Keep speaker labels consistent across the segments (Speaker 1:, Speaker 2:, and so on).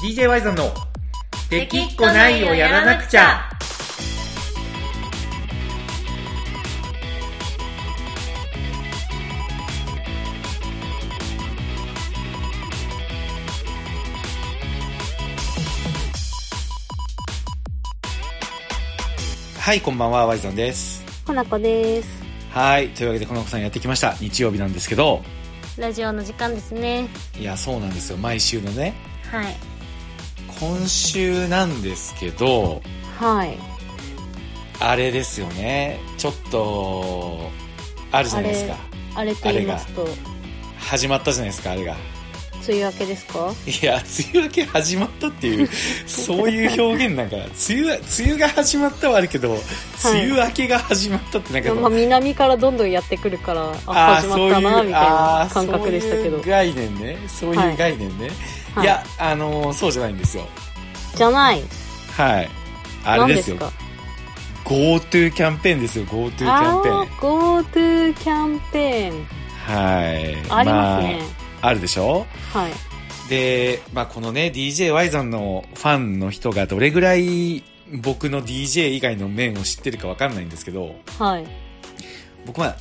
Speaker 1: DJ ワイザンの「できっこないをやらなくちゃ」はいこんばんはワイザンです
Speaker 2: ほなこです。
Speaker 1: はいというわけでこの子さんやってきました日曜日なんですけど
Speaker 2: ラジオの時間ですね。
Speaker 1: いやそうなんですよ毎週のね
Speaker 2: はい。
Speaker 1: 今週なんですけど
Speaker 2: はい。
Speaker 1: あれですよねちょっとあるじゃないですか
Speaker 2: あれと言いますと、梅
Speaker 1: 始まったじゃないですかあれが
Speaker 2: 雨明けですか
Speaker 1: いや梅雨明け始まったって いうそういう表現なんかな梅雨は梅雨が始まったはあるけど梅雨明けが始まったってなん
Speaker 2: いや
Speaker 1: か、
Speaker 2: まあ南からどんどんやってくるから、あ、
Speaker 1: あー
Speaker 2: 始まったな、みたいな
Speaker 1: そう
Speaker 2: 感
Speaker 1: いう
Speaker 2: 覚でしたけ
Speaker 1: あー
Speaker 2: ど
Speaker 1: そういう。概念ねそう
Speaker 2: は
Speaker 1: いう
Speaker 2: い
Speaker 1: 概念ね、、
Speaker 2: はい
Speaker 1: やあのーそうじゃないんですよ
Speaker 2: じゃない。
Speaker 1: はいあれですよ
Speaker 2: 何
Speaker 1: GoTo キャンペーンですよ GoTo キ
Speaker 2: キ
Speaker 1: ャンペーン
Speaker 2: あー、GoTo キャンペーン。
Speaker 1: はい
Speaker 2: ありますね。
Speaker 1: あ、あるでしょ
Speaker 2: はい。
Speaker 1: で、まあ、このね、DJY さんのファンの人がどれぐらい僕の DJ 以外の面を知ってるかわかんないんですけど、
Speaker 2: はい。
Speaker 1: 僕は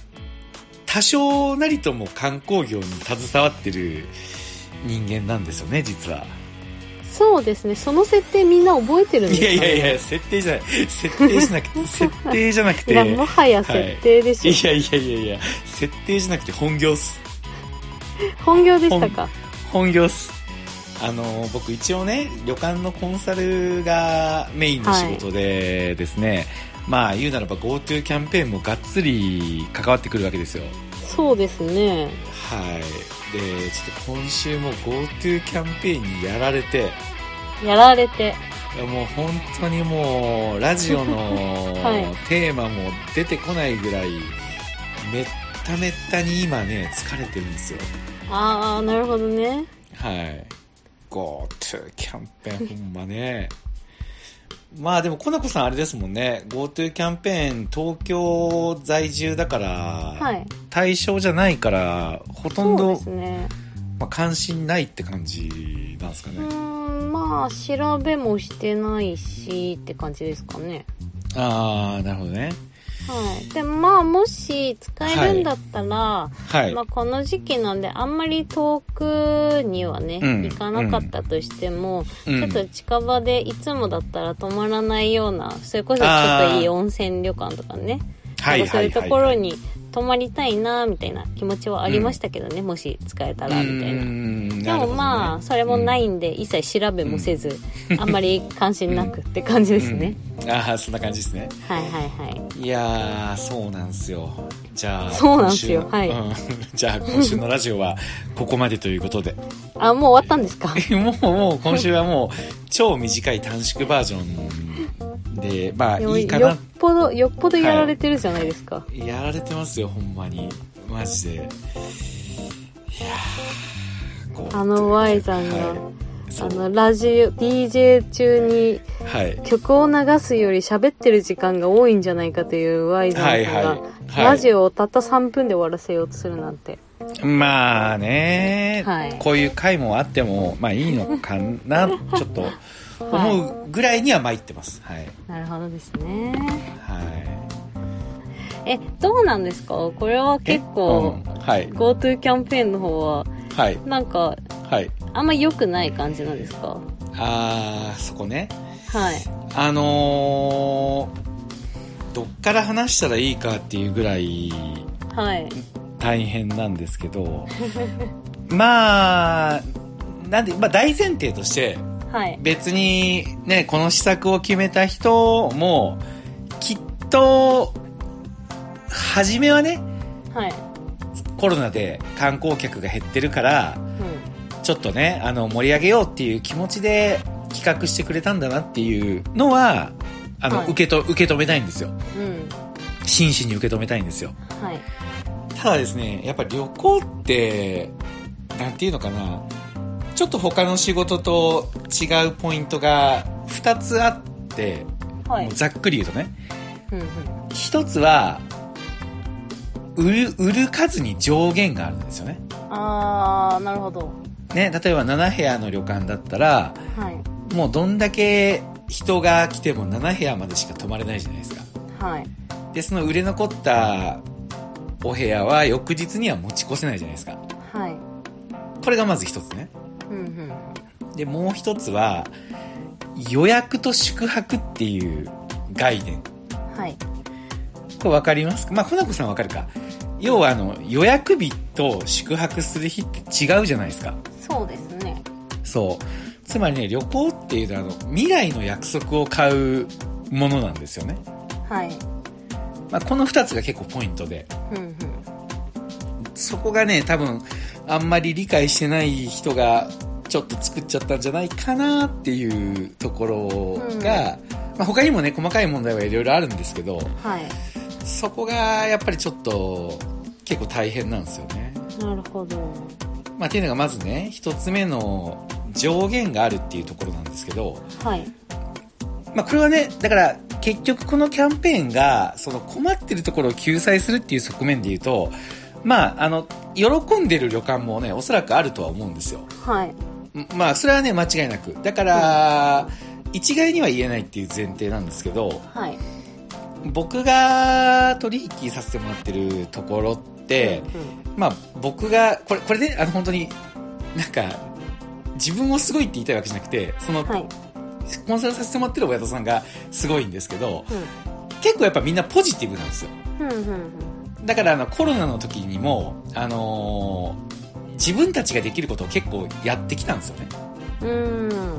Speaker 1: 多少なりとも観光業に携わってる人間なんですよね、実は。
Speaker 2: そうですね。その設定みんな覚えてるんです
Speaker 1: い
Speaker 2: か、
Speaker 1: や
Speaker 2: ね、
Speaker 1: いやいや、設定じゃない。設定じゃなくて、設定じゃなくて、 い
Speaker 2: いや
Speaker 1: やい
Speaker 2: もはや設定でしょ、
Speaker 1: やいやいや、設定じゃなくて本業っす。
Speaker 2: 本業でしたか
Speaker 1: 本業っすあの僕一応ね旅館のコンサルがメインの仕事でですね、まあ言うならば GoTo キャンペーンもがっつり関わってくるわけですよ
Speaker 2: そうですね
Speaker 1: はいでちょっと今週も GoTo キャンペーンにやられて
Speaker 2: やられて
Speaker 1: いやもう本当にもうラジ オの
Speaker 2: い
Speaker 1: テーマも出てこないぐらいめっためったに今ね疲れてるんですよ
Speaker 2: ああなるほどね
Speaker 1: はい。GoTo キャンペーン、ほんまね。まあでも、コナコさんあれですもんね。GoTo キャンペーン、東京在住だから、
Speaker 2: はい
Speaker 1: 対象じゃないから、ほとん
Speaker 2: そう
Speaker 1: ど、
Speaker 2: ですね
Speaker 1: まあ、関心ないって感じなんですか
Speaker 2: うー
Speaker 1: ね。
Speaker 2: んまあ調べもしてないしって感じですかね
Speaker 1: ああ、なるほどね。
Speaker 2: はいでまあもし使えるんだったら、
Speaker 1: はい。
Speaker 2: まあ、この時期なんであんまり遠くにはね、
Speaker 1: うん
Speaker 2: 行かなかったとしても、
Speaker 1: うん
Speaker 2: ちょっと近場でいつもだったら泊まらないようなそれこそちょっといい温泉旅館とかね
Speaker 1: は
Speaker 2: なんかそういうところ
Speaker 1: はい
Speaker 2: に泊まりたいなみたいな気持ちはありましたけどね、もし使えたら
Speaker 1: はい
Speaker 2: みたいう
Speaker 1: ー
Speaker 2: な。
Speaker 1: ん
Speaker 2: で
Speaker 1: なるほどね
Speaker 2: もまあ、それもないんで、一切調べもせず、あんまり関心なくって感じですね。。
Speaker 1: うんああ、そんな感じですね。
Speaker 2: はいはいはい。
Speaker 1: いやー、そうなんすよ。じゃあ、
Speaker 2: そうなんすよ
Speaker 1: 今週の
Speaker 2: は
Speaker 1: うん じゃあ、今週のラジオはここまでということで。
Speaker 2: あ、もう終わったんですか
Speaker 1: もう、もう、今週はもう、超短い短縮バージョンで、まあ、
Speaker 2: でも
Speaker 1: いいか
Speaker 2: よっ
Speaker 1: な。
Speaker 2: ぽど、よっぽどやられてるじゃないですか。
Speaker 1: やられてますよ、ほんまに。マジで。いやーこう
Speaker 2: あの Y さんが
Speaker 1: はいそ
Speaker 2: あ
Speaker 1: う
Speaker 2: の、ラジオ、DJ 中に
Speaker 1: はい。
Speaker 2: 曲を流すより喋ってる時間が多いんじゃないかというワイザ
Speaker 1: は
Speaker 2: ー
Speaker 1: い
Speaker 2: さ
Speaker 1: はい
Speaker 2: んが、。
Speaker 1: はい
Speaker 2: ラジオをたった3分で終わらせようとするなんて。
Speaker 1: まあね、
Speaker 2: はい
Speaker 1: こういう回もあっても、まあいいのかな、ちょっと思うぐらいには参ってます。はい。
Speaker 2: なるほどですね。
Speaker 1: はい。
Speaker 2: え、どうなんですかこれは結構
Speaker 1: え、うんはい。
Speaker 2: GoTo キャンペーンの方は、
Speaker 1: はい。
Speaker 2: なんか、
Speaker 1: はい。
Speaker 2: あんま良くない感じなんですか
Speaker 1: あー、そこね。
Speaker 2: はい。
Speaker 1: あのー、どっから話したらいいかっていうぐらい
Speaker 2: はい。
Speaker 1: 大変なんですけ ど、まあ、なんで、まあ大前提として、
Speaker 2: はい。
Speaker 1: 別にね、この施策を決めた人も、きっと、初めはね、
Speaker 2: はい。
Speaker 1: コロナで観光客が減ってるから、
Speaker 2: うん。
Speaker 1: ちょっとね、あの、盛り上げようっていう気持ちで企画してくれたんだなっていうのは、あの、
Speaker 2: はい
Speaker 1: 受けと、受け止めたいんですよ。
Speaker 2: うん。
Speaker 1: 真摯に受け止めたいんですよ。
Speaker 2: はい。
Speaker 1: ただですね、やっぱ旅行って、なんていうのかな、ちょっと他の仕事と違うポイントが2つあって、
Speaker 2: はい
Speaker 1: もう。ざっくり言うとね、
Speaker 2: うんうん。
Speaker 1: 1つは、売る、売る数に上限があるんですよね。
Speaker 2: あー、なるほど。
Speaker 1: ね、例えば7部屋の旅館だったら、
Speaker 2: はい
Speaker 1: もうどんだけ人が来ても7部屋までしか泊まれないじゃないですか。
Speaker 2: はい
Speaker 1: で、その売れ残ったお部屋は翌日には持ち越せないじゃないですか。
Speaker 2: はい
Speaker 1: これがまず一つね。
Speaker 2: うんうん
Speaker 1: で、もう一つは、予約と宿泊っていう概念。
Speaker 2: はい
Speaker 1: これわかりますかまあ、コナコさんわかるか。要はあの、予約日と宿泊する日って違うじゃないですか。
Speaker 2: そうですね
Speaker 1: そう。つまりね、旅行っていうのはあの、未来の約束を買うものなんですよね。
Speaker 2: はい
Speaker 1: まあ、この二つが結構ポイントで。
Speaker 2: うんうん
Speaker 1: そこがね、多分、あんまり理解してない人が、ちょっと作っちゃったんじゃないかなっていうところが、まあ、他にもね、細かい問題はいろいろあるんですけど、
Speaker 2: はい
Speaker 1: そこがやっぱりちょっと、結構大変なんですよね。
Speaker 2: なるほど
Speaker 1: まあ、っていうのがまずね、一つ目の上限があるっていうところなんですけど、
Speaker 2: はい
Speaker 1: まあ、これはね、だから、結局このキャンペーンが、その困ってるところを救済するっていう側面で言うと、まあ、あの、喜んでる旅館もね、おそらくあるとは思うんですよ。
Speaker 2: はい
Speaker 1: んまあ、それはね、間違いなく。だから、一概には言えないっていう前提なんですけど、
Speaker 2: はい
Speaker 1: 僕が取引させてもらってるところって、まあ、僕が、これ、これね、あの、本当に、なんか、自分をすごいって言いたいわけじゃなくて、その、
Speaker 2: うんうんはい
Speaker 1: コンサルさせてもらってる親田さんがすごいんですけど、
Speaker 2: うん
Speaker 1: 結構やっぱみんなポジティブなんですよ。
Speaker 2: うんうんうん
Speaker 1: だからあのコロナの時にも、あのー自分たちができることを結構やってきたんですよね。
Speaker 2: うーん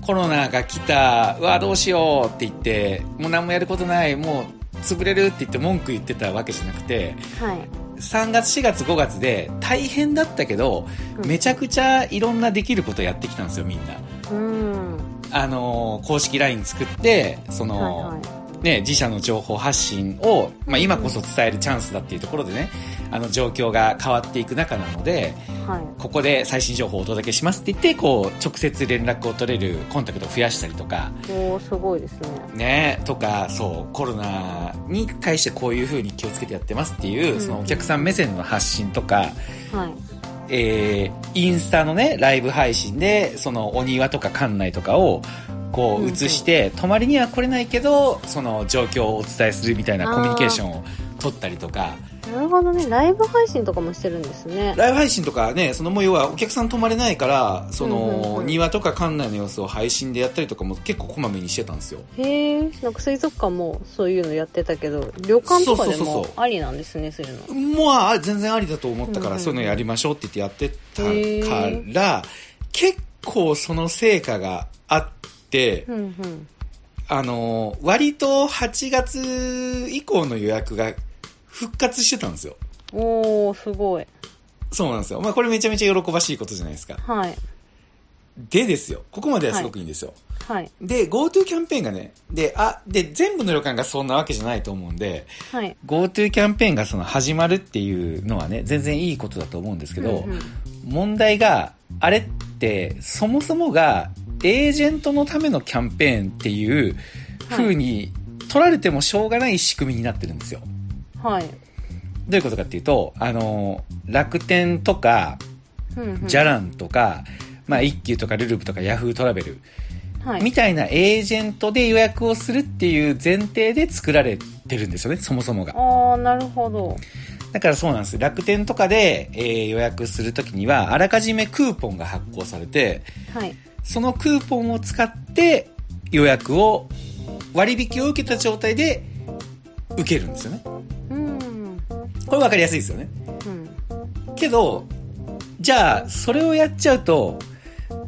Speaker 1: コロナが来た、うわ、どうしようって言って、もう何もやることない、もう潰れるって言って文句言ってたわけじゃなくて、
Speaker 2: はい
Speaker 1: 3月、4月、5月で大変だったけど、
Speaker 2: うん
Speaker 1: めちゃくちゃいろんなできることやってきたんですよ、みんな。
Speaker 2: うーん
Speaker 1: あのー公式 LINE 作って、そ
Speaker 2: はい
Speaker 1: の、
Speaker 2: はい
Speaker 1: ね、自社の情報発信を、まあ、今こそ伝えるチャンスだっていうところでね、あの状況が変わっていく中なので、
Speaker 2: はい
Speaker 1: ここで最新情報をお届けしますって言って、こう、直接連絡を取れるコンタクトを増やしたりとか、
Speaker 2: おーすごいですね
Speaker 1: ね、とか、そう、コロナに対してこういう風に気をつけてやってますっていうう、
Speaker 2: ん
Speaker 1: そのお客さん目線の発信とか、
Speaker 2: はい
Speaker 1: えー、インスタのね、ライブ配信で、そのお庭とか館内とかを、こ
Speaker 2: うん
Speaker 1: う
Speaker 2: うん
Speaker 1: 映して、泊まりには来れないけど、その状況をお伝えするみたいな
Speaker 2: あー
Speaker 1: コミュニケーションを取ったりとか、
Speaker 2: なるほどねライブ配信とかもしてるんですね
Speaker 1: ライブ配信とかね、そのもう要はお客さん泊まれないから、そ
Speaker 2: うんうん
Speaker 1: の
Speaker 2: うん
Speaker 1: 庭とか館内の様子を配信でやったりとかも結構こまめにしてたんですよ。
Speaker 2: へえんか水族館もそういうのやってたけど旅館とか
Speaker 1: そうそう
Speaker 2: で
Speaker 1: そう
Speaker 2: も
Speaker 1: そう
Speaker 2: ありなんですねそういうの
Speaker 1: もうあ全然ありだと思ったか
Speaker 2: うんう
Speaker 1: ら、
Speaker 2: ん
Speaker 1: そういうのやりましょうって言ってやって
Speaker 2: へ
Speaker 1: たから、結構その成果があって、
Speaker 2: うんうん
Speaker 1: あの、割と8月以降の予約が復活してたんですよ。
Speaker 2: おーすごい
Speaker 1: そうなんですよ。まあこれめちゃめちゃ喜ばしいことじゃないですか。
Speaker 2: はい
Speaker 1: でですよ。ここまではすごくいいんですよ。
Speaker 2: はい
Speaker 1: で、GoTo キャンペーンがね、で、あ、で、全部の旅館がそんなわけじゃないと思うんで、
Speaker 2: はい
Speaker 1: GoTo キャンペーンがその始まるっていうのはね、全然いいことだと思うんですけど、
Speaker 2: うんうん
Speaker 1: 問題が、あれって、そもそもが、エージェントのためのキャンペーンっていう風に取られてもしょうがない仕組みになってるんですよ。
Speaker 2: はい
Speaker 1: どういうことかっていうと、あの、楽天とか、
Speaker 2: うんうん
Speaker 1: じゃらんとか、まあ、一休とかルルブとかヤフートラベル、
Speaker 2: はい
Speaker 1: みたいなエージェントで予約をするっていう前提で作られてるんですよね、そもそもが。
Speaker 2: ああなるほど
Speaker 1: だからそうなんです。楽天とかで、えー予約するときには、あらかじめクーポンが発行されて、
Speaker 2: はい
Speaker 1: そのクーポンを使って予約を、割引を受けた状態で受けるんですよね。
Speaker 2: うんうん
Speaker 1: これわかりやすいですよね。けど、じゃあ、それをやっちゃうと、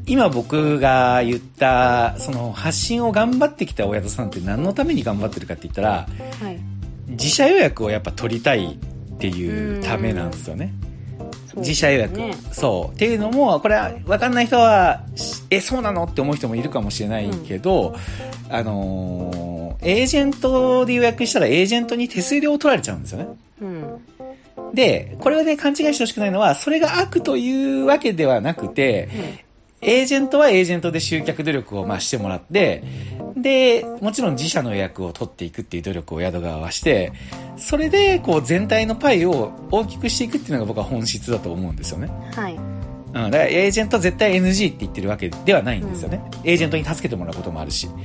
Speaker 1: 今僕が言った、その発信を頑張ってきた親御さんって何のために頑張ってるかって言ったら、
Speaker 2: はい
Speaker 1: 自社予約をやっぱ取りたいっていうためなんですよね。
Speaker 2: そう
Speaker 1: 自社予約。
Speaker 2: ね
Speaker 1: そう。っていうのも、これは分かんない人は、しえ、そうなのって思う人もいるかもしれないけど、あのーエージェントで予約したらエージェントに手数料を取られちゃうんですよね。
Speaker 2: うん
Speaker 1: で、これはね、勘違いしてほしくないのは、それが悪というわけではなくて、エージェントはエージェントで集客努力をまあしてもらって、で、もちろん自社の予約を取っていくっていう努力を宿側はして、それで、こう全体のパイを大きくしていくっていうのが僕は本質だと思うんですよね。
Speaker 2: はい
Speaker 1: うん。うん、だからエージェントは絶対 NG って言ってるわけではないんですよね、エージェントに助けてもらうこともあるし
Speaker 2: はい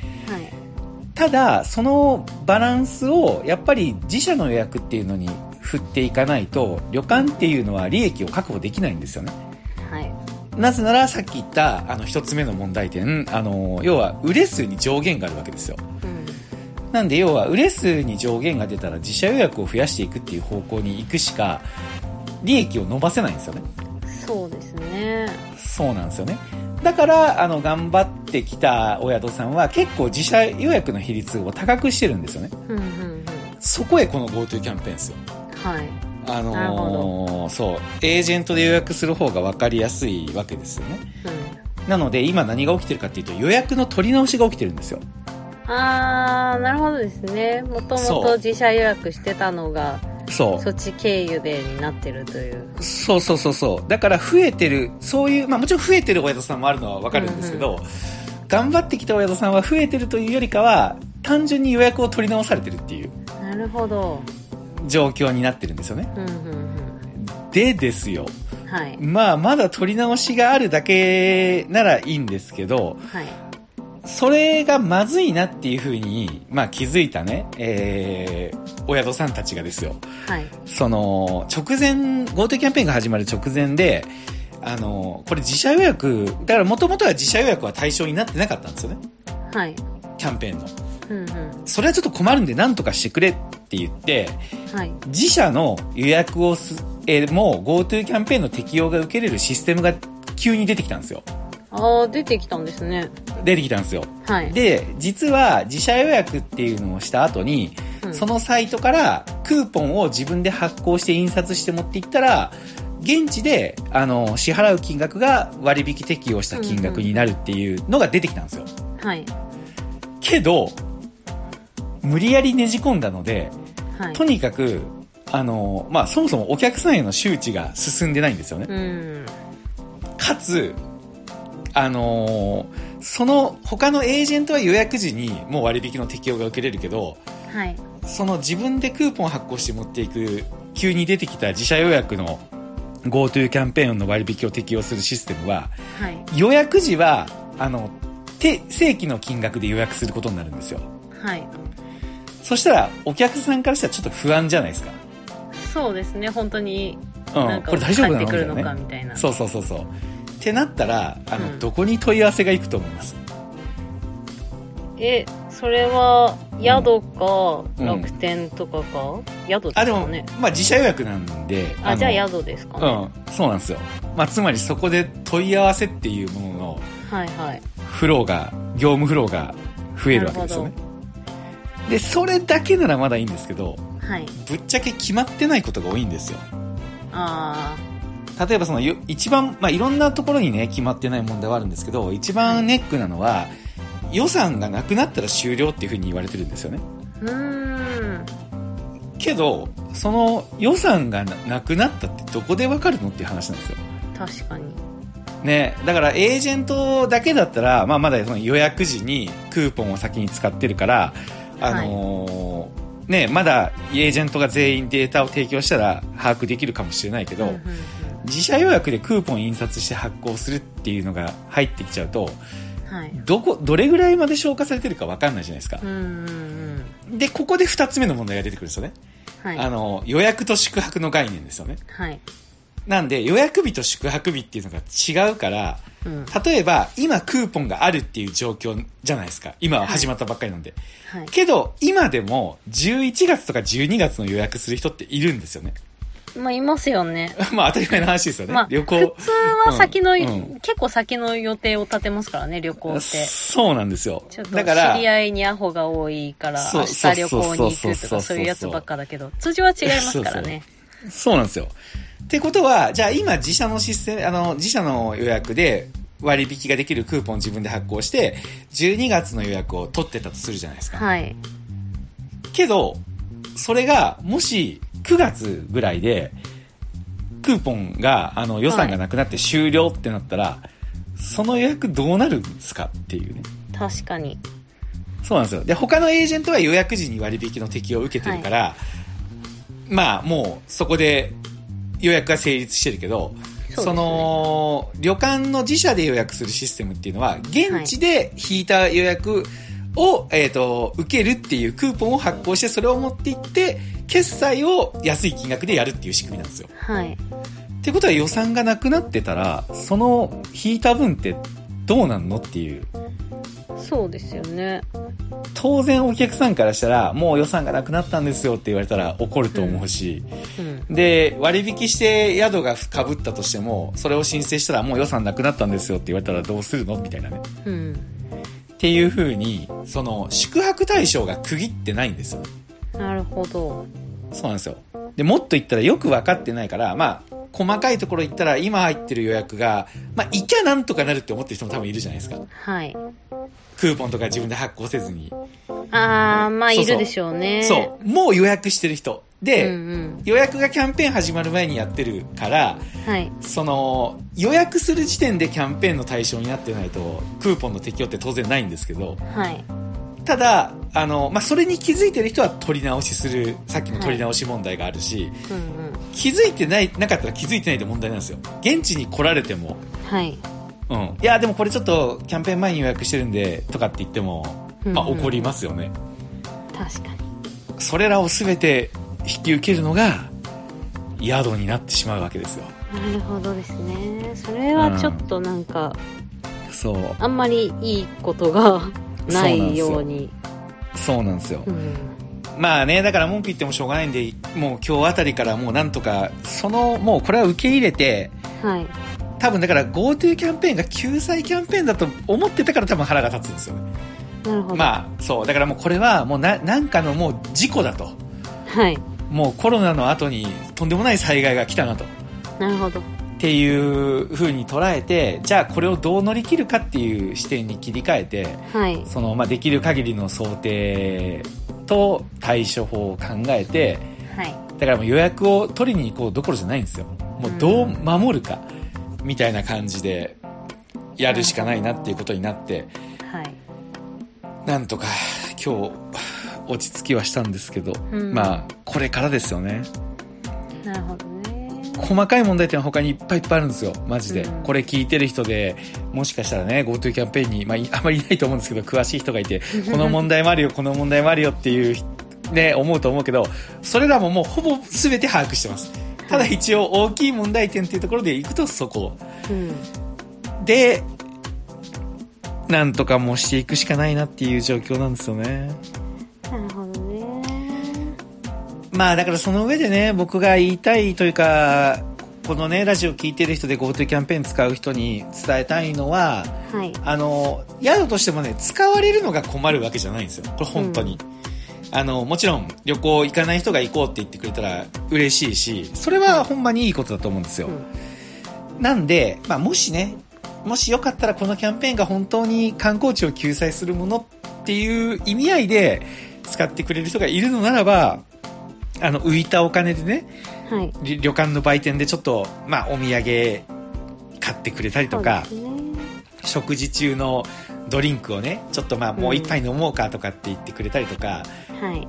Speaker 1: ただそのバランスをやっぱり自社の予約っていうのに振っていかないと旅館っていうのは利益を確保できないんですよね
Speaker 2: はい
Speaker 1: なぜならさっき言ったあの一つ目の問題点あの要は売れ数に上限があるわけですよ
Speaker 2: うん
Speaker 1: なんで要は売れ数に上限が出たら自社予約を増やしていくっていう方向に行くしか利益を伸ばせないんですよね
Speaker 2: そうですね
Speaker 1: そうなんですよねだからあの頑張ってきたお宿さんは結構自社予約の比率を高くしてるんですよね
Speaker 2: うんうんうん
Speaker 1: そこへこの GoTo キャンペーンですよ
Speaker 2: はい
Speaker 1: あ
Speaker 2: なる
Speaker 1: の
Speaker 2: ほ
Speaker 1: ーそうエージェントで予約する方が分かりやすいわけですよねなので今何が起きてるかっていうと予約の取り直しが起きてるんですよ
Speaker 2: うんあーなるほどですねもとも
Speaker 1: そう
Speaker 2: と自社予約してたのが
Speaker 1: そう
Speaker 2: そっち経由でになってるという
Speaker 1: そうそうそうそう。だから増えてる、そういう、まあもちろん増えてるお宿さんもあるのはわかるんですけど、頑張ってきたお宿さんは増えてるというよりかは、単純に予約を取り直されてるっていう
Speaker 2: なるほど
Speaker 1: 状況になってるんですよね。
Speaker 2: うんうん
Speaker 1: でですよ。
Speaker 2: うんはい
Speaker 1: まあまだ取り直しがあるだけならいいんですけど、
Speaker 2: はい
Speaker 1: それがまずいなっていうふうに、まあ気づいたね、えー、お宿さんたちがですよ。
Speaker 2: はい
Speaker 1: その、直前、GoTo キャンペーンが始まる直前で、あの、これ自社予約、だから元々は自社予約は対象になってなかったんですよね。
Speaker 2: はい
Speaker 1: キャンペーンの。
Speaker 2: うんうん
Speaker 1: それはちょっと困るんで何とかしてくれって言って、
Speaker 2: はい
Speaker 1: 自社の予約をす、えーもう GoTo キャンペーンの適用が受けれるシステムが急に出てきたんですよ。
Speaker 2: ああ出てきたんですね
Speaker 1: 出てきたんですよ。
Speaker 2: はい
Speaker 1: で、実は自社予約っていうのをした後に、
Speaker 2: うん
Speaker 1: そのサイトからクーポンを自分で発行して印刷して持っていったら、現地で、あの、支払う金額が割引適用した金額になるっていうのが出てきたんですよ。
Speaker 2: はい
Speaker 1: けど、無理やりねじ込んだので、
Speaker 2: はい
Speaker 1: とにかく、あの、まあ、そもそもお客さんへの周知が進んでないんですよね。
Speaker 2: うん
Speaker 1: かつ、あのーその他のエージェントは予約時にもう割引の適用が受けれるけど、
Speaker 2: はい
Speaker 1: その自分でクーポン発行して持っていく、急に出てきた自社予約の GoTo キャンペーンの割引を適用するシステムは、
Speaker 2: はい
Speaker 1: 予約時は、あの、て正規の金額で予約することになるんですよ。
Speaker 2: はい
Speaker 1: そしたら、お客さんからしたらちょっと不安じゃないですか。
Speaker 2: そうですね本当に
Speaker 1: う、
Speaker 2: なんんか
Speaker 1: これ大丈夫なのみ
Speaker 2: 帰って
Speaker 1: た
Speaker 2: く
Speaker 1: い
Speaker 2: る
Speaker 1: な
Speaker 2: の
Speaker 1: ね
Speaker 2: か。みたいな
Speaker 1: そうそうそうそう。ってなったら、あの、
Speaker 2: うん
Speaker 1: どこに問い合わせが行くと思います
Speaker 2: えそれは宿か
Speaker 1: うん
Speaker 2: 楽天とかか、宿です
Speaker 1: あ、でも
Speaker 2: か、ね
Speaker 1: まあ自社予約なんで。
Speaker 2: あじゃあ
Speaker 1: や
Speaker 2: 宿ですか
Speaker 1: う
Speaker 2: ね、
Speaker 1: ん、そうなんですよ。まあつまりそこで問い合わせっていうものの
Speaker 2: はいはい
Speaker 1: フローが、業務フローが増えるわけですよね
Speaker 2: な。
Speaker 1: で、それだけならまだいいんですけど、
Speaker 2: はい
Speaker 1: ぶっちゃけ決まってないことが多いんですよ。
Speaker 2: あ
Speaker 1: 例えばそのよ一番、まあいろんなところにね、決まってない問題はあるんですけど、一番ネックなのは、予算がなくなったら終了っていうふうに言われてるんですよね。
Speaker 2: ーうーん
Speaker 1: けど、その予算がななくなったってどこでわかるのっていう話なんですよ。
Speaker 2: 確かに
Speaker 1: ね、だからエージェントだけだったら、まあ、まだその予約時にクーポンを先に使ってるから、あのーね、まだエージェントが全員データを提供したら把握できるかもしれないけど、
Speaker 2: うんうんうん
Speaker 1: 自社予約でクーポン印刷して発行するっていうのが入ってきちゃうと、
Speaker 2: はい
Speaker 1: どこ、どれぐらいまで消化されてるかわかんないじゃないですか
Speaker 2: う。んうんうん
Speaker 1: で、ここで二つ目の問題が出てくるんですよね。
Speaker 2: はい
Speaker 1: あの、予約と宿泊の概念ですよね。
Speaker 2: はい
Speaker 1: なんで、予約日と宿泊日っていうのが違うから、
Speaker 2: うん
Speaker 1: 例えば、今クーポンがあるっていう状況じゃないですか。今は始まったばっかりなんで。
Speaker 2: はい
Speaker 1: けど、今でも、11月とか12月の予約する人っているんですよね。
Speaker 2: まあいますよね
Speaker 1: まあ、当たり前の話ですよね。
Speaker 2: まあ
Speaker 1: 旅行
Speaker 2: 普。通は先の、
Speaker 1: うん
Speaker 2: 結構先の予定を立てますからね旅行って
Speaker 1: そうなんですよ
Speaker 2: ちょっ。と
Speaker 1: だから
Speaker 2: 知、り合いにアホが多いから、
Speaker 1: そう
Speaker 2: 明日旅行
Speaker 1: そ
Speaker 2: に
Speaker 1: うそう
Speaker 2: 行く
Speaker 1: そう
Speaker 2: と
Speaker 1: そう
Speaker 2: かそういうやつばっかだけど、通常は違いますからね。
Speaker 1: そうなんですよ。ってことは、じゃあ今自社のシステム、あの、自社の予約で割引ができるクーポンを自分で発行して、12月の予約を取ってたとするじゃないですか。
Speaker 2: はい。
Speaker 1: けど、それが、もし、9月ぐらいで、クーポンが、あの、予算がなくなって終了ってなったら、その予約どうなるんですかっていうね。
Speaker 2: 確かに。
Speaker 1: そうなんですよ。で、他のエージェントは予約時に割引の適用を受けてるから、まあ、もう、そこで予約が成立してるけど、
Speaker 2: そうですね
Speaker 1: その、旅館の自社で予約するシステムっていうのは、現地で引いた予約を、えっ、と、受けるっていうクーポンを発行して、それを持って行って、決済を安い金額でやるっていう仕組みなんですよ。
Speaker 2: はい
Speaker 1: ってことは予算がなくなってたら、その引いた分ってどうなんのっていう。
Speaker 2: そうですよね
Speaker 1: 当然お客さんからしたら、もう予算がなくなったんですよって言われたら怒ると思うし、
Speaker 2: うん
Speaker 1: で、割引して宿が被ったとしても、それを申請したらもう予算なくなったんですよって言われたらどうするのみたいなね。
Speaker 2: うん
Speaker 1: っていう風に、その、宿泊対象が区切ってないんですよ。
Speaker 2: なるほど
Speaker 1: そうなんですよ。で、もっと言ったらよく分かってないから、まあ、細かいところ言ったら今入ってる予約が、まあ、いきゃなんとかなるって思ってる人も多分いるじゃないですか。
Speaker 2: はい
Speaker 1: クーポンとか自分で発行せずに。
Speaker 2: ああまあ
Speaker 1: そう
Speaker 2: い
Speaker 1: そう
Speaker 2: るでしょうね
Speaker 1: そう。もう予約してる人。で、
Speaker 2: うん
Speaker 1: 予約がキャンペーン始まる前にやってるから、
Speaker 2: うんはい
Speaker 1: その、予約する時点でキャンペーンの対象になってないと、クーポンの適用って当然ないんですけど、
Speaker 2: はい
Speaker 1: ただ、あの、まあ、それに気づいてる人は取り直しする、さっきの取り直し問題があるし、
Speaker 2: うんうん
Speaker 1: 気づいてない、なかったら気づいてないって問題なんですよ。現地に来られても、
Speaker 2: はい
Speaker 1: うん。いや、でもこれちょっとキャンペーン前に予約してるんで、とかって言っても、まあ、
Speaker 2: うんうん
Speaker 1: 怒りますよね。
Speaker 2: 確かに
Speaker 1: それらを全て引き受けるのが、宿になってしまうわけですよ。
Speaker 2: なるほどですねそれはちょっとなんか、
Speaker 1: そう。
Speaker 2: あんまりいいことが
Speaker 1: そうなん
Speaker 2: な
Speaker 1: で
Speaker 2: い
Speaker 1: すよ
Speaker 2: ように
Speaker 1: そうなんですよ
Speaker 2: う。ん
Speaker 1: まあね、だから文句言ってもしょうがないんで、もう今日あたりからもうなんとか、その、もうこれは受け入れて、
Speaker 2: はい
Speaker 1: 多分だから GoTo キャンペーンが救済キャンペーンだと思ってたから多分腹が立つんですよね。
Speaker 2: なるほど、
Speaker 1: まあ、そう。だからもうこれはもうな、なんかのもう事故だと。
Speaker 2: はい
Speaker 1: もうコロナの後にとんでもない災害が来たなと。っ
Speaker 2: なるほど
Speaker 1: ていう風に捉えて、じゃあこれをどう乗り切るかっていう視点に切り替えて、
Speaker 2: はい
Speaker 1: その、まあできる限りの想定と対処法を考えて、
Speaker 2: はい
Speaker 1: だからもう予約を取りに行こうどころじゃないんですよ。もうどう守るか、みたいな感じで、やるしかないなっていうことになって、
Speaker 2: はい
Speaker 1: なんとか今日、落ち着きはしたんですけど、
Speaker 2: うん
Speaker 1: まあ、これからですよね。
Speaker 2: なるほどね
Speaker 1: 細かい問題点は他にいっぱいいっぱいあるんですよ。マジで。
Speaker 2: うん
Speaker 1: これ聞いてる人で、もしかしたらね、GoTo キャンペーンに、まあい、あまりいないと思うんですけど、詳しい人がいて、この問題もあるよ、この問題もあるよっていう、ね、思うと思うけど、それらももうほぼ全て把握してます。ただ一応大きい問題点っていうところでいくとそこ。
Speaker 2: うん
Speaker 1: で、なんとかもうしていくしかないなっていう状況なんですよね。
Speaker 2: なるほどね
Speaker 1: まあだからその上でね、僕が言いたいというか、このね、ラジオ聞いてる人で GoTo キャンペーン使う人に伝えたいのは、
Speaker 2: はい
Speaker 1: あの、宿としてもね、使われるのが困るわけじゃないんですよ。これ本当に。あの、もちろん旅行行かない人が行こうって言ってくれたら嬉しいし、それはほんまにいいことだと思うんですよ。
Speaker 2: うん
Speaker 1: なんで、まあもしね、もしよかったらこのキャンペーンが本当に観光地を救済するものっていう意味合いで使ってくれる人がいるのならば、あの、浮いたお金でね、
Speaker 2: はい
Speaker 1: り旅館の売店でちょっと、まあ、お土産買ってくれたりとか、
Speaker 2: そうですね
Speaker 1: 食事中のドリンクをね、ちょっとまあ、もう一杯飲もうかとかって言ってくれたりとか、
Speaker 2: はい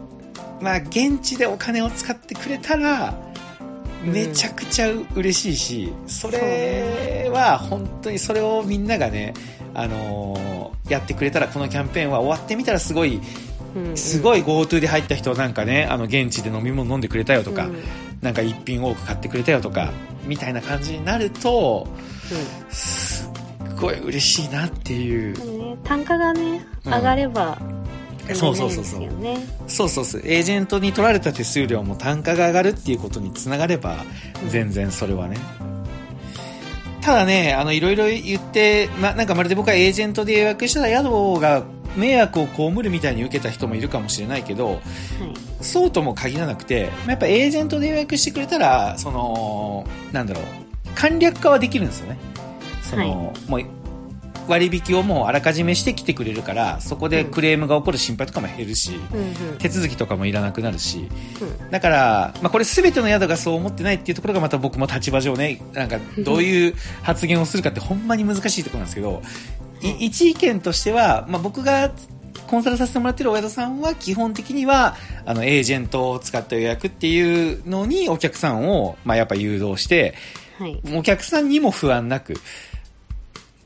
Speaker 1: まあ、現地でお金を使ってくれたら、
Speaker 2: うん
Speaker 1: めちゃくちゃ嬉しいし、そ
Speaker 2: そう
Speaker 1: れ
Speaker 2: ね
Speaker 1: は本当にそれをみんながね、あのーやってくれたらこのキャンペーンは終わってみたらすごい、
Speaker 2: うんうん
Speaker 1: す
Speaker 2: い
Speaker 1: ごい GoTo で入った人なんかね、あの現地で飲み物飲んでくれたよとか、なんか一品多く買ってくれたよとか、みたいな感じになると、すっごい嬉しいなっていう。
Speaker 2: ね、単価がね
Speaker 1: うん
Speaker 2: 上がれば、
Speaker 1: そうそうそうそう
Speaker 2: でもないですよね
Speaker 1: そうそうそう。エージェントに取られた手数料も単価が上がるっていうことにつながれば、全然それはね。ただね、あの、いろいろ言って、ま、なんかまるで僕はエージェントで予約したら宿が迷惑を被るみたいに受けた人もいるかもしれないけど、
Speaker 2: はい
Speaker 1: そうとも限らなくて、まあやっぱエージェントで予約してくれたら、その、なんだろう、簡略化はできるんですよね。その、もう、割引をもうあらかじめして来てくれるから、そこでクレームが起こる心配とかも減るし、
Speaker 2: うんうん
Speaker 1: 手続きとかもいらなくなるし、
Speaker 2: う
Speaker 1: だから、まあ、これ全ての宿がそう思ってないっていうところがまた僕も立場上ね、なんかどういう発言をするかってほんまに難しいところなんですけど、い一意見としては、まあ、僕がコンサルさせてもらってるお宿さんは基本的には、あの、エージェントを使った予約っていうのにお客さんを、まあ、やっぱ誘導して、
Speaker 2: はい。
Speaker 1: お客さんにも不安なく。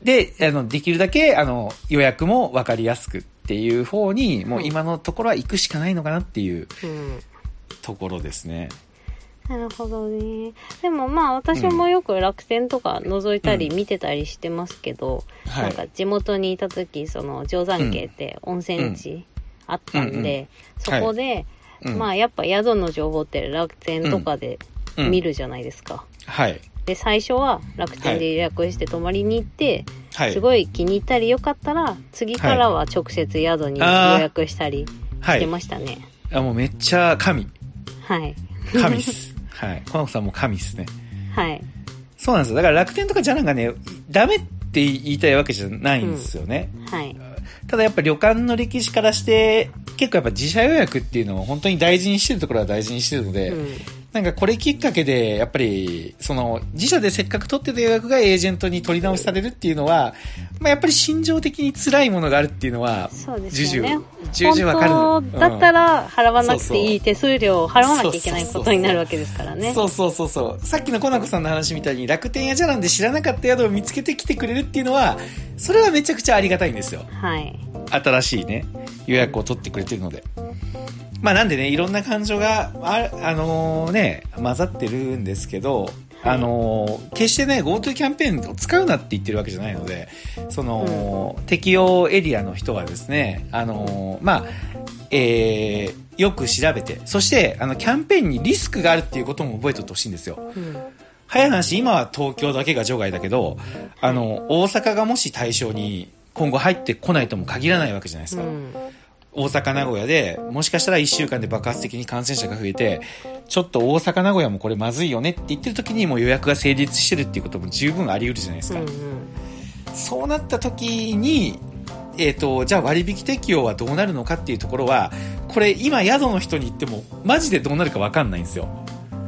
Speaker 1: で、あの、できるだけ、あの、予約もわかりやすくっていう方に、もう今のところは行くしかないのかなっていう
Speaker 2: うん。
Speaker 1: ところですね。
Speaker 2: なるほどね。でもまあ私もよく楽天とか覗いたり見てたりしてますけど、
Speaker 1: はい
Speaker 2: なんか地元にいた時、その定山渓って温泉地あったんで、
Speaker 1: うんうん
Speaker 2: そこで、
Speaker 1: うん
Speaker 2: まあやっぱ宿の情報って楽天とかで
Speaker 1: うん
Speaker 2: 見るじゃないですか。
Speaker 1: はい。
Speaker 2: で、最初は楽天で予約して泊まりに行って、
Speaker 1: はい。
Speaker 2: すごい気に入ったりよかったら、次からは直接宿に予約したり
Speaker 1: は
Speaker 2: して
Speaker 1: い。
Speaker 2: ましたね。
Speaker 1: あ、もうめっちゃ神。
Speaker 2: はい。
Speaker 1: 神っ す。はい。コナコさんも神っすね。
Speaker 2: はい。
Speaker 1: そうなんですよ。だから楽天とかじゃなんかね、ダメって言いたいわけじゃないんですよね。
Speaker 2: はい。
Speaker 1: ただやっぱ旅館の歴史からして、結構やっぱ自社予約っていうのを本当に大事にしてるところは大事にしてるので、
Speaker 2: うん。
Speaker 1: なんかこれきっかけで、やっぱり、その、自社でせっかく取ってた予約がエージェントに取り直しされるっていうのは、まあやっぱり心情的に辛いものがあるっていうのは、
Speaker 2: そうです
Speaker 1: 重
Speaker 2: よね
Speaker 1: 々、重々わかる。
Speaker 2: 本当だったら払わなくていい手数料を払わなきゃいけない
Speaker 1: そうそうそうそう
Speaker 2: ことになるわけですからね。
Speaker 1: そうそうそうそう。さっきのコナコさんの話みたいに楽天屋じゃなんで知らなかった宿を見つけてきてくれるっていうのは、それはめちゃくちゃありがたいんですよ。
Speaker 2: はい。
Speaker 1: 新しいね、予約を取ってくれてるので。まあなんでね、いろんな感情が、あ、あのーね、混ざってるんですけど、あのー決してね、GoTo キャンペーンを使うなって言ってるわけじゃないので、その、適用エリアの人はですね、あのーまあ、えー、よく調べて、そして、あの、キャンペーンにリスクがあるっていうことも覚えておいてほしいんですよ。
Speaker 2: うん。
Speaker 1: 早い話、今は東京だけが除外だけど、あの、大阪がもし対象に今後入ってこないとも限らないわけじゃないです
Speaker 2: う
Speaker 1: か。
Speaker 2: ん。
Speaker 1: 大阪、名古屋で、もしかしたら1週間で爆発的に感染者が増えて、ちょっと大阪、名古屋もこれまずいよねって言ってる時にもう予約が成立してるっていうことも十分あり得るじゃないです
Speaker 2: う
Speaker 1: か。
Speaker 2: ん。
Speaker 1: そうなった時に、えっ、と、じゃあ割引適用はどうなるのかっていうところは、これ今宿の人に言ってもマジでどうなるかわかんないんですよ。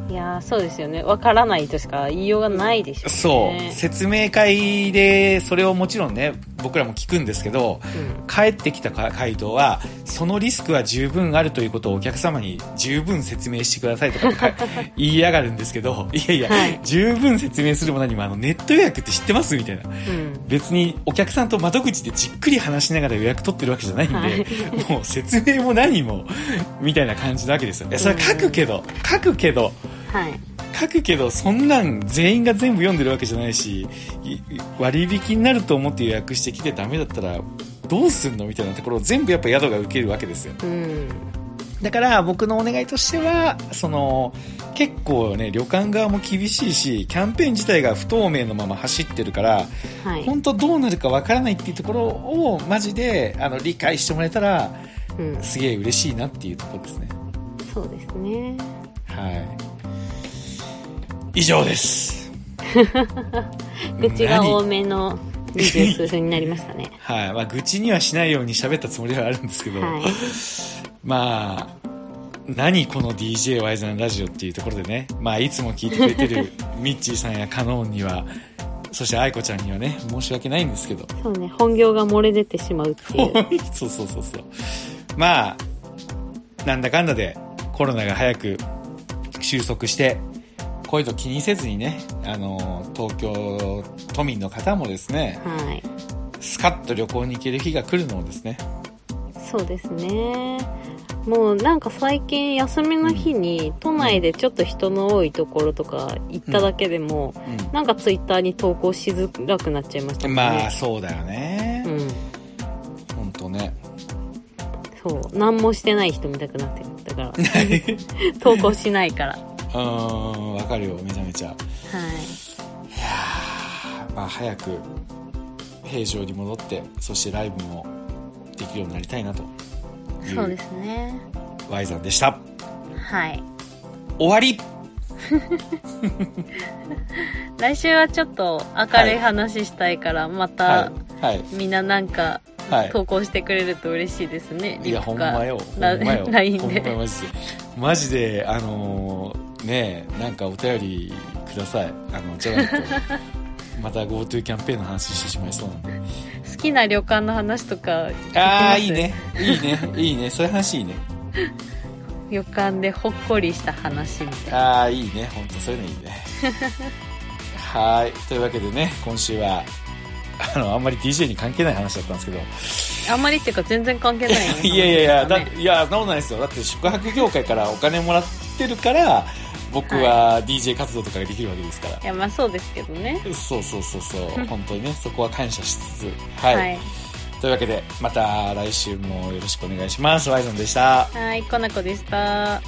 Speaker 2: うん。いやーそうですよね。わからないとしか言いようがないでしょ
Speaker 1: そうう、
Speaker 2: ね。
Speaker 1: 説明会でそれをもちろんね僕らも聞くんですけど
Speaker 2: うん。
Speaker 1: 帰ってきたか回答はそのリスクは十分あるということをお客様に十分説明してくださいとかってか言いやがるんですけ どいやいや、
Speaker 2: はい
Speaker 1: 十分説明するも何もあのネット予約って知ってますみたいな
Speaker 2: うん。
Speaker 1: 別にお客さんと窓口でじっくり話しながら予約取ってるわけじゃないんで、
Speaker 2: はい
Speaker 1: もう説明も何もみたいな感じなわけですよいやそれは書くけど書くけど
Speaker 2: はい。
Speaker 1: 書くけどそんなん全員が全部読んでるわけじゃないしい割引になると思って予約してきてダメだったらどうすんのみたいなところを全部やっぱ宿が受けるわけですよ
Speaker 2: うん。
Speaker 1: だから僕のお願いとしてはその結構ね旅館側も厳しいしキャンペーン自体が不透明のまま走ってるから
Speaker 2: はい。
Speaker 1: 本当どうなるかわからないっていうところをマジであの理解してもらえたら
Speaker 2: うん。
Speaker 1: すげえ嬉しいなっていうところですね
Speaker 2: そうですね。
Speaker 1: はい以上です
Speaker 2: 愚痴が
Speaker 1: 何。
Speaker 2: 多めの二十数分になりましたね
Speaker 1: はい。まあ、愚痴にはしないように喋ったつもりはあるんですけど、
Speaker 2: はい。
Speaker 1: まあ、何この DJ ワイザンラジオっていうところでね、まあ、いつも聞いてくれてるミッチーさんやカノーンには、そして愛子ちゃんにはね、申し訳ないんですけど、
Speaker 2: そうね。本業が漏れ出てしまうって いう。
Speaker 1: そうそうそうそう。まあ、なんだかんだでコロナが早く収束して、こういうの気にせずにね、あの、東京都民の方もですね、
Speaker 2: はい。
Speaker 1: スカッと旅行に行ける日が来るのをですね、
Speaker 2: そうですねもうなんか最近休みの日に都内でちょっと人の多いところとか行っただけでも、
Speaker 1: うん
Speaker 2: なんかツイッターに投稿しづらくなっちゃいましたね
Speaker 1: まあそうだよね
Speaker 2: う、ん
Speaker 1: 本当ね
Speaker 2: そう何もしてない人見たくなってるだから 投稿しないからは
Speaker 1: うーんわかるよめちゃめちゃまあ早く平常に戻ってそしてライブもできるようになりたいなと
Speaker 2: い
Speaker 1: い
Speaker 2: そうで
Speaker 1: う
Speaker 2: すね
Speaker 1: Y さんでした
Speaker 2: はい
Speaker 1: 終わり
Speaker 2: 来週はちょっと明るい話したいから、また
Speaker 1: はいはい
Speaker 2: みんななんか
Speaker 1: はい
Speaker 2: 投稿してくれると嬉しいですね、
Speaker 1: いや
Speaker 2: リプ
Speaker 1: ほん
Speaker 2: か
Speaker 1: まよほんま
Speaker 2: ラ
Speaker 1: よ
Speaker 2: LINE
Speaker 1: ほんま
Speaker 2: で
Speaker 1: マジでマジであのーねえなんかお便りくださいあのじゃないとまた GoTo キャンペーンの話してしまいそうなんで
Speaker 2: 好きな旅館の話とか聞きます
Speaker 1: ああいいねいいねいいねそういう話いいね
Speaker 2: 旅館でほっこりした話みたいな
Speaker 1: ああいいね本当そういうのいいねはいというわけでね今週はあのあんまり DJ に関係ない話だったんですけど
Speaker 2: あんまりっていうか全然関係ないよね
Speaker 1: いやいやいや、
Speaker 2: そ
Speaker 1: だ
Speaker 2: の話はね
Speaker 1: いや、そんなことないですよ。だって宿泊業界からお金もらってるから、僕は DJ 活動とかができるわけですから。
Speaker 2: いやまあそうですけどね
Speaker 1: そうそうそうそうう。
Speaker 2: ん
Speaker 1: 本当にね、そこは感謝しつつ。はい。
Speaker 2: はい
Speaker 1: というわけで、また来週もよろしくお願いします。ワイゾンでした。
Speaker 2: はいコナコでした
Speaker 1: は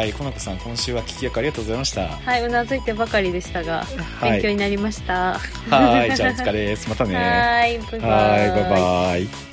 Speaker 1: ーい。この子さん、今週は聞き役ありがとうございました。
Speaker 2: はいうなずいてばかりでしたが
Speaker 1: は
Speaker 2: 勉強
Speaker 1: い。
Speaker 2: になりましたは
Speaker 1: はーい。じゃあお疲れです。また
Speaker 2: ーい
Speaker 1: ね。
Speaker 2: バイ
Speaker 1: は
Speaker 2: バ
Speaker 1: ー
Speaker 2: イ
Speaker 1: い。バイバイ。